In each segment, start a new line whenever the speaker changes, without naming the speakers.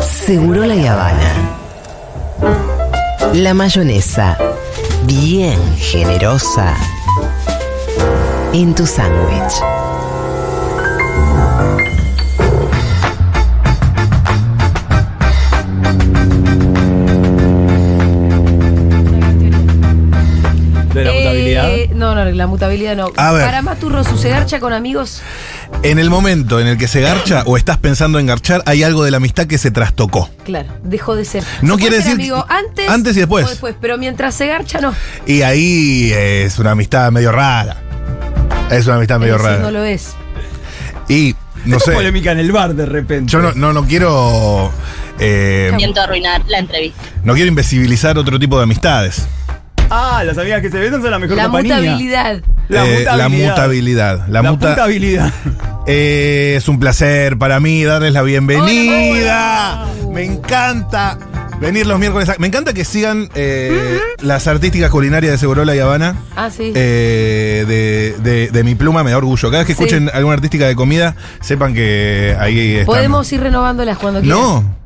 Seguro la Habana. La mayonesa, bien generosa, en tu sándwich.
De la
Eh,
mutabilidad.
no, no, la mutabilidad no.
A ver.
Para Maturro, su garcha con amigos.
En el momento en el que se garcha o estás pensando en garchar, hay algo de la amistad que se trastocó.
Claro, dejó de ser.
No
Se puede
quiere
ser
decir
amigo
que-
antes,
antes y después.
o Pero mientras se garcha, no.
Y ahí eh, es una amistad medio rara. Es una amistad medio
Eso
rara.
no lo es.
Y no
Esto es
sé,
polémica en el bar de repente.
yo no, no, no quiero. eh,
Siento arruinar la entrevista.
no quiero invisibilizar otro tipo de amistades.
Ah, las amigas que se besan son la mejor
La
compañía.
mutabilidad.
Eh, la mutabilidad. La,
La
muta-
mutabilidad.
Eh, es un placer para mí darles la bienvenida. Me encanta venir los miércoles. a- Me encanta que sigan eh, las artísticas culinarias de Segurola y Habana.
Ah, sí.
Eh, de, de- de mi pluma me da orgullo. Cada vez que
Sí.
escuchen alguna artística de comida, sepan que ahí están.
Podemos ir renovándolas cuando quieras.
No,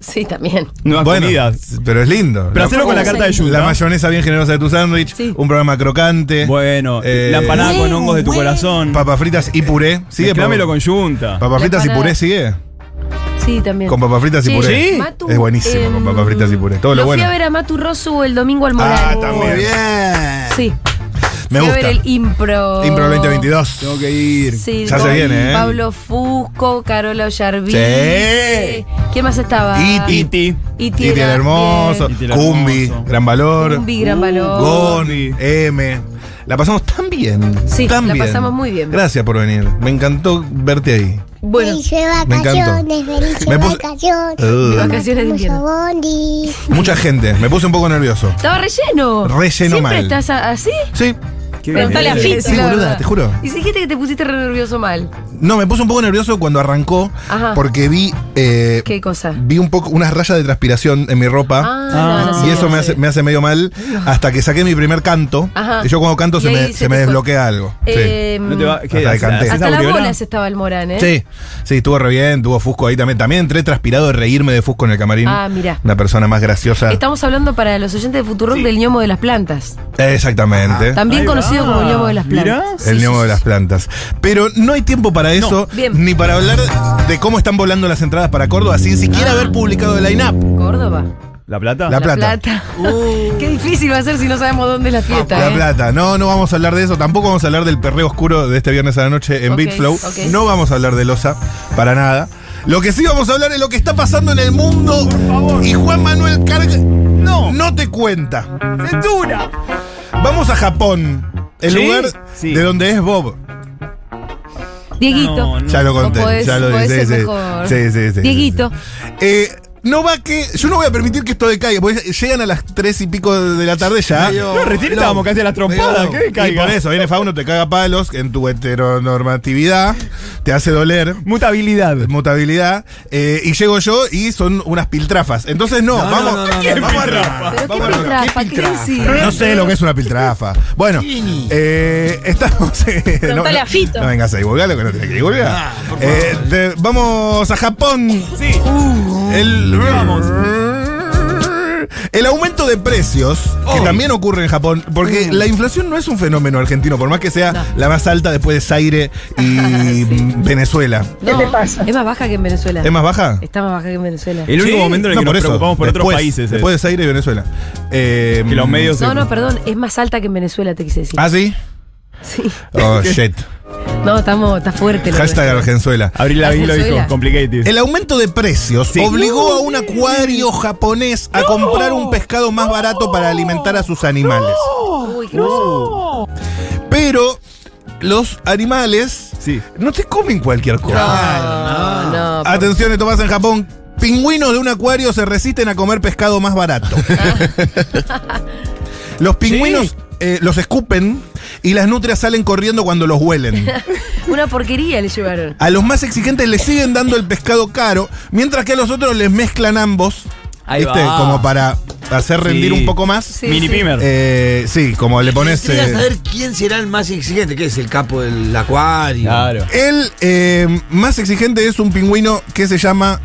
Sí, también.
Nuevas
bueno,
comidas.
pero es lindo.
Pero
La-
hacerlo con la carta de Yuta.
la mayonesa bien generosa de tu sándwich,
Sí.
un programa crocante,
Bueno,
Eh,
la empanada con hongos de tu corazón.
papas fritas y puré. Sigue
Mezclámelo
papa-
con yunta.
Papas
La
fritas y
empanada.
puré sigue.
Sí, también.
Con papas fritas y
Sí.
puré.
¿Sí?
Matu, em,
Es buenísimo con papas fritas y puré. Todo lo
fui
bueno.
a ver a Matu Rosu el domingo al Moral.
Ah, también. bien.
Sí.
Me
fui
gusta.
a ver el Impro.
Impro 2022.
Tengo que ir.
Sí,
Ya se
con
viene, ¿eh?
Pablo Fusco, Carola Ollarví.
Sí.
¿Quién más estaba?
Iti.
Iti.
Iti
Y tiene
era
hermoso.
bien.
Iti el
Cumbi,
hermoso.
gran valor.
Cumbi, gran
Uh,
valor.
Goni, M. La pasamos tan bien.
Sí,
tan
la
bien.
pasamos muy bien.
Gracias por venir. Me encantó verte ahí.
Bueno,
Felices
me encantó.
vacaciones, felices
Me puse-
vacaciones.
Uh.
Me
Vacaciones de
mató
invierno.
Bondi.
Mucha gente. Me puse un poco nervioso.
estaba relleno.
Relleno
¿Siempre
mal.
estás a- así?
Sí.
Qué
Preguntale a
bien.
Fito.
Sí,
La
boluda,
verdad.
te juro.
Y si dijiste que te pusiste re nervioso mal.
No, me puse un poco nervioso cuando arrancó
Ajá.
porque vi eh,
¿Qué cosa?
vi un poco unas rayas de transpiración en mi ropa.
Ah,
Y eso me hace, me hace medio mal hasta que saqué mi primer canto.
Ajá.
Y yo cuando canto
Y
se
ahí
me,
se
se
te
me
fue. Eh,
desbloquea algo. Sí.
No te va- ¿qué
Hasta
haces?
que canté.
¿Haces
Hasta las
aureola?
bolas estaba el Morán, ¿eh?
Sí, sí, estuvo re bien, tuvo Fusco ahí también. También entré transpirado de reírme de Fusco en el camarín.
Ah, mirá.
La persona más graciosa.
Estamos hablando para los oyentes de Futurock del ñomo de las plantas.
Exactamente.
Ah, También
Ahí
conocido
va.
como el ñomo de las plantas.
Mirá.
el ñomo de las plantas. Pero no hay tiempo para eso,
Bien.
ni para hablar de cómo están volando las entradas para Córdoba, sin siquiera haber publicado el line-up.
Córdoba.
¿La plata?
La-
La
Plata.
Plata.
Uh.
Qué difícil va a ser si no sabemos dónde es la fiesta.
La
¿eh?
plata. No, no vamos a hablar de eso. Tampoco vamos a hablar del perreo oscuro de este viernes a la noche en
Ok,
Big Flow.
ok.
No vamos a hablar de Loza, para nada. Lo que sí vamos a hablar es lo que está pasando en el mundo. Y Juan Manuel Carga. No. No te cuenta.
¡Dura!
Vamos a Japón. El
¿Sí?
lugar
Sí.
de donde es Bob.
Dieguito.
No, no.
Ya lo conté.
O podés-
ya lo
podés
sí,
ser
sí.
mejor.
Sí, sí, sí,
Dieguito.
sí, sí. Eh, no va que. Yo no voy a permitir que esto decaiga. Porque llegan a las tres y pico de la tarde ya.
No, recién estábamos casi a las trompadas. ¿Qué
Y
caiga?
por eso viene Fauno, te caga palos en tu heteronormatividad, te hace doler,
Mutabilidad.
mutabilidad, eh, y llego yo y son unas piltrafas. Entonces no, vamos,
no, no,
vamos
no,
arriba.
¿Pero qué
vamos arriba.
piltrafa? ¿Qué decís?
No sé lo que es una piltrafa. Bueno, eh, estamos. eh, no,
Preguntale
no-
a Fito.
No vengas a divulgar lo que no tenés que divulgar. Eh, te- vamos a Japón.
Ah,
Uh.
Sí.
El, El aumento de precios, que
Oh.
también ocurre en Japón,
Mm.
porque la inflación no es un fenómeno argentino, por más que sea la más alta después de Zaire y Venezuela.
No, Es más baja que en Venezuela.
¿Es más baja?
Está más baja que en Venezuela.
El único
Sí.
momento en el
No,
que nos preocupamos por
Después-
otros países. es
Después de Zaire y Venezuela. Eh,
que los medios.
No,
se-
no, perdón, es más alta que en Venezuela, te quise decir.
¿Ah, sí?
Sí.
Oh, shit.
No, estamos, está fuerte. lo
Hashtag
nuestro.
Argenzuela.
Abril Lavigne lo dijo.
Venezuela.
Complicated.
El aumento de precios
Sí.
obligó a un acuario japonés a comprar un pescado más barato para alimentar a sus animales.
Uy, qué pasó?
Pero los animales
Sí.
no te comen cualquier cosa.
No, no. por-
Atención, esto pasa en Japón. Pingüinos de un acuario se resisten a comer pescado más barato. los pingüinos
Sí.
eh, los escupen y las nutrias salen corriendo cuando los huelen.
Una porquería le llevaron.
A los más exigentes les siguen dando el pescado caro, mientras que a los otros les mezclan ambos.
Ahí
¿viste?
va.
Como para hacer rendir
Sí.
un poco más.
Sí.
Mini Pimer.
Eh, sí, como le pones.
Quería
eh,
saber quién será el más exigente, que es el capo del acuario.
Claro.
El eh, más exigente es un pingüino que se llama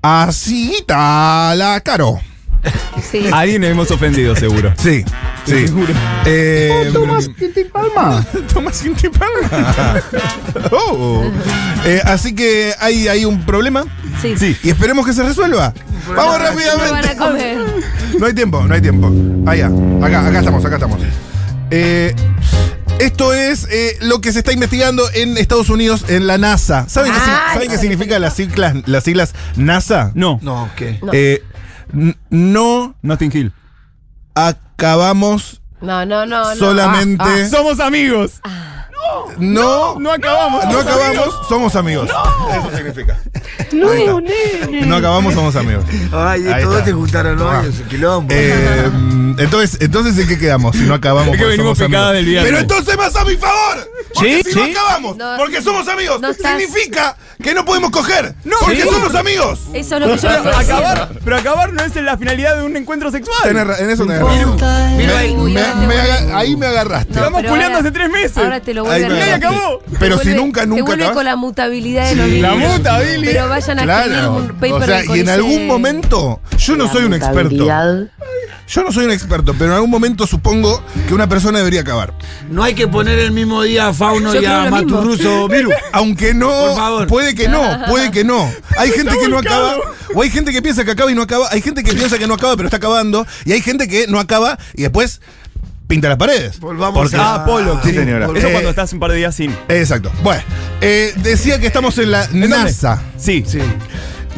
Así está la caro.
Sí.
A alguien nos hemos ofendido, seguro.
Sí, sí.
Seguro.
Eh,
Quintín Palma.
Tomás Quintín Palma. Oh. Eh, así que hay, hay un problema.
Sí.
Y esperemos que se resuelva. Vamos
No van a
rápidamente.
comer.
No hay tiempo, no hay tiempo. Allá, acá, acá estamos, acá estamos. Eh, esto es eh, lo que se está investigando en Estados Unidos, en la NASA. ¿Saben, qué,
Ah,
si- ¿saben
no.
qué significa las siglas, las siglas NASA?
No,
No, ¿qué?
No.
Eh, n- no
Nothing Hill.
acabamos,
No, no, no. no.
Solamente-
Ah,
Eh.
Somos amigos.
no, no,
No acabamos. somos
acabamos,
amigos.
somos amigos. Eso significa.
ah.
Ahí está. No acabamos, somos amigos.
Ay, de
Ahí
todos
está.
te juntaron hoy, es un quilombo.
Eh, entonces, entonces, ¿en qué quedamos? Si no acabamos,
Es que
porque
venimos
somos
picadas
amigos.
del viernes.
Pero entonces más a mi favor. Porque
Sí,
si no
sí.
acabamos,
No,
porque somos amigos,
no estás-
significa que no podemos coger. porque
sí.
somos amigos.
ah. Eso es lo que yo
Pero
no
acabar, pero acabar no es la finalidad de un encuentro sexual.
Tenés ra- en eso tenés razón. Me-
Uy,
me-
ahora te
me
voy.
aga- ahí me agarraste.
Estamos
pero
culeando
ahora-
hace tres meses.
Ahora te lo
Ahí
vuelve a
me
Y ahí
repetir.
acabó.
Pero
Te
si
vuelve-
nunca,
Te
nunca
vuelve
acabás.
con la mutabilidad de los
Sí.
La
libros.
muta, Billy.
Pero vayan a escribir un paper
o sea,
del
y en
CONICET.
algún momento, yo no soy un experto. Yo no soy un experto, pero en algún momento supongo que una persona debería acabar.
no hay que poner el mismo día a Fauno
Yo
y a
creo lo mismo.
Maturruso Viru.
Aunque no,
Por favor.
puede que no, puede que no. Hay gente que no acaba,
volcado.
o hay gente que piensa que acaba y no acaba, hay gente que piensa que no acaba pero está acabando, y hay gente que no acaba y después pinta las paredes.
Volvamos
Porque-
a-
Ah, Polo.
Sí, señora.
Eso
Eh,
cuando estás un par de días sin.
Exacto. Bueno, eh, decía que estamos en la NASA.
Sí.
Sí.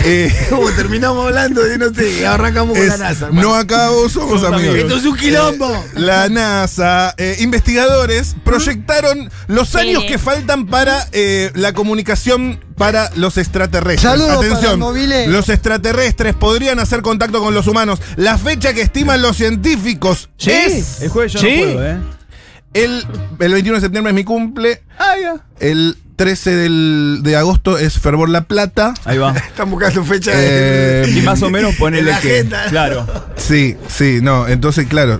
Eh,
Como terminamos hablando de no sé, arrancamos con la
es-
NASA. hermano.
no acabo, somos
Somos amigos.
amigos. Eh,
Esto es un quilombo.
La NASA, eh, investigadores proyectaron los años que faltan para eh, la comunicación para los extraterrestres.
Saludos para
Atención,
los móviles.
los extraterrestres podrían hacer contacto con los humanos. La fecha que estiman los científicos es
El jueves yo
Sí.
no puedo, ¿eh?
el, el 21 de septiembre es mi cumple,
Ah, ya.
el 13 del- de agosto es Fervor La Plata.
Ahí va.
Están buscando fecha
Eh,
Y más o menos
En
ponerle
la
que.
agenda.
Claro.
Sí, sí, no, entonces claro.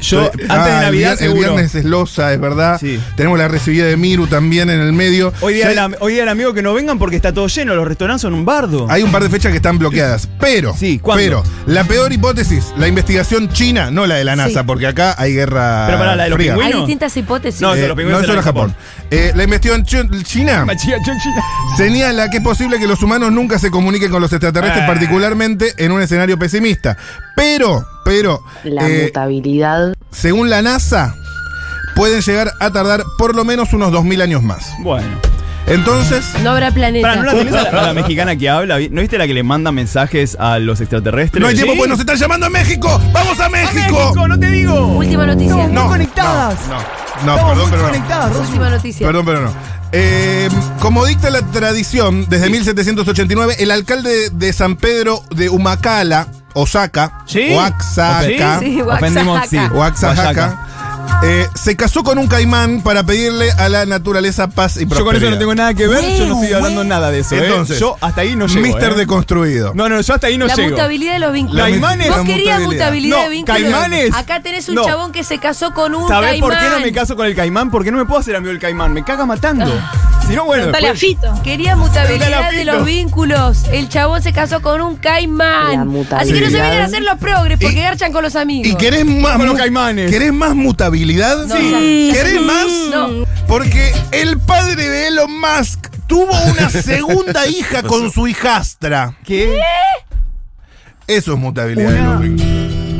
Yo,
Estoy-
antes
Ah,
de
el
Navidad,
vier- el,
seguro.
viernes es Loza, es verdad.
Sí.
Tenemos la recibida de Miru también en el medio.
Hoy día,
Ya hay-
del am- hoy día del amigo que no vengan porque está todo lleno, los restaurantes son un bardo.
Hay un par de fechas que están bloqueadas. Pero,
Sí, ¿cuándo?
pero, la peor hipótesis, la investigación china, no la de la NASA,
Sí.
porque acá hay guerra.
Pero pará, la de los
fría.
pingüinos.
Hay
Bueno.
distintas hipótesis.
No,
Eh,
eso de los pingüinos era
no, eso era
en
Japón.
Japón.
Eh, la investigación chi- china
Machia, chonchina.
señala que es posible que los humanos nunca se comuniquen con los extraterrestres,
Ah.
particularmente en un escenario pesimista. Pero, pero,
La
eh,
mutabilidad.
según la NASA, pueden llegar a tardar por lo menos unos 2.000 años más.
Bueno.
Entonces,
No habrá planeta.
Pará, ¿no la tenés a la, a la mexicana que habla? ¿No viste la que le manda mensajes a los extraterrestres?
no hay tiempo,
Sí.
pues nos están llamando a México. ¡Vamos a
¡A
México!
México, no te digo!
Última noticia.
No,
conectadas.
No, no, no, perdón, pero no.
Última noticia.
Perdón, pero no. Eh, como dicta la tradición, desde 1789, el alcalde de San Pedro de Humacala, Osaka,
Sí.
Oaxaca,
Sí, sí,
Ofendimos, sí.
Oaxaca.
Oaxaca, eh, se casó con un caimán para pedirle a la naturaleza paz y prosperidad.
Yo con eso no tengo nada que ver, yo no estoy
Güey,
hablando
güey.
nada de eso. ¿eh?
Entonces,
Yo hasta ahí no llego.
Mister
¿eh?
deconstruido.
No, no, yo hasta ahí no
la
llego.
mutabilidad de los vínculos.
La
Caimanes-
Vos
la
querías
mutabilidad.
mutabilidad
No,
de vínculos.
caimanes.
Acá tenés un
No.
chabón que se casó con un
¿Sabés
caimán.
por qué no me caso con el caimán? Porque no me puedo hacer amigo del caimán, me caga matando.
Ah.
Si no, bueno.
Dale a
después-
Fito.
Quería
Dale a
mutabilidad de
Fito.
los vínculos. El chabón se casó con un
La
caimán.
mutabilidad.
Así que no se vengan a hacer los progres porque
Y-
garchan con los amigos.
¿Y querés más,
Con los
mu-
caimanes.
¿Querés más mutabilidad?
No, Sí.
¿Querés más?
No.
Porque el padre de Elon Musk tuvo una segunda hija con su hijastra.
¿Qué?
Eso es mutabilidad. Ludwig.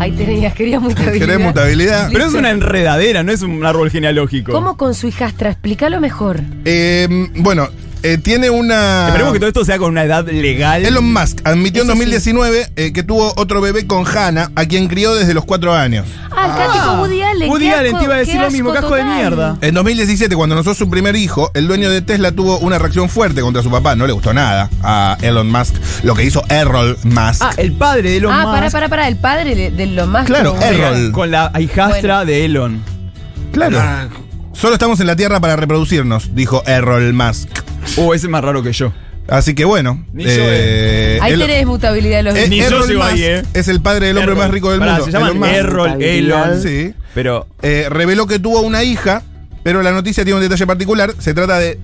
Ahí tenías, quería mutabilidad.
¿Querés mutabilidad?
Pero es una enredadera, no es un árbol genealógico.
¿Cómo con su hijastra? Explícalo mejor.
Eh, bueno, eh, tiene una...
Esperemos que todo esto sea con una edad legal.
Elon Musk admitió en
Eso sí.
2019 eh, que tuvo otro bebé con Hannah, a quien crió desde los cuatro años.
Ah, está tipo Woody Allen.
Woody
qué
Allen,
asco,
te iba a decir
qué
lo mismo,
asco
casco de
total.
mierda.
En 2017, cuando nació su primer hijo, el dueño de Tesla tuvo una reacción fuerte contra su papá. No le gustó nada a Elon Musk, lo que hizo Errol Musk.
Ah, el padre de Elon
Ah,
Musk.
pará, pará, pará. El padre de, de lo más.
Claro,
como-
él. Errol.
Con la hijastra de Elon.
claro.
Ah,
Solo estamos en la Tierra para reproducirnos, dijo Errol Musk.
Uh, ese es más raro que yo.
Así que bueno.
Ni yo, eh.
Ahí
Elon-
tenés mutabilidad de los
Eh,
Ni yo
Errol
llego
Musk
ahí, eh.
es el padre del hombre
Errol.
más rico del
Pará,
mundo.
Se llaman
Musk.
Errol, Elon.
Sí.
Pero
Eh, reveló que tuvo una hija, pero la noticia tiene un detalle particular. Se trata de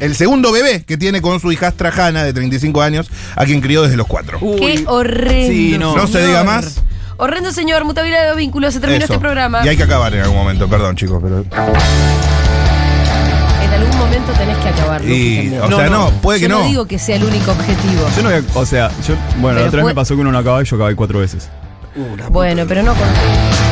el segundo bebé que tiene con su hijastra Hanna, de 35 años, a quien crió desde los
Uh,
cuatro.
Qué horrendo.
Sí, no.
No se
señor.
diga más.
Horrendo, señor. Mutabilidad de los vínculos. Se terminó
Eso.
este programa.
Y hay que acabar en algún momento, perdón, chicos, pero.
En algún momento tenés que acabar. Luqui,
Y,
también.
o sea, no, puede
Yo
que
no
no.
digo que sea el único objetivo.
Yo no voy a- O sea, yo. Bueno,
Pero
la otra vez
fue-
me pasó que uno no acababa y yo acabé cuatro veces.
Bueno, pero no con.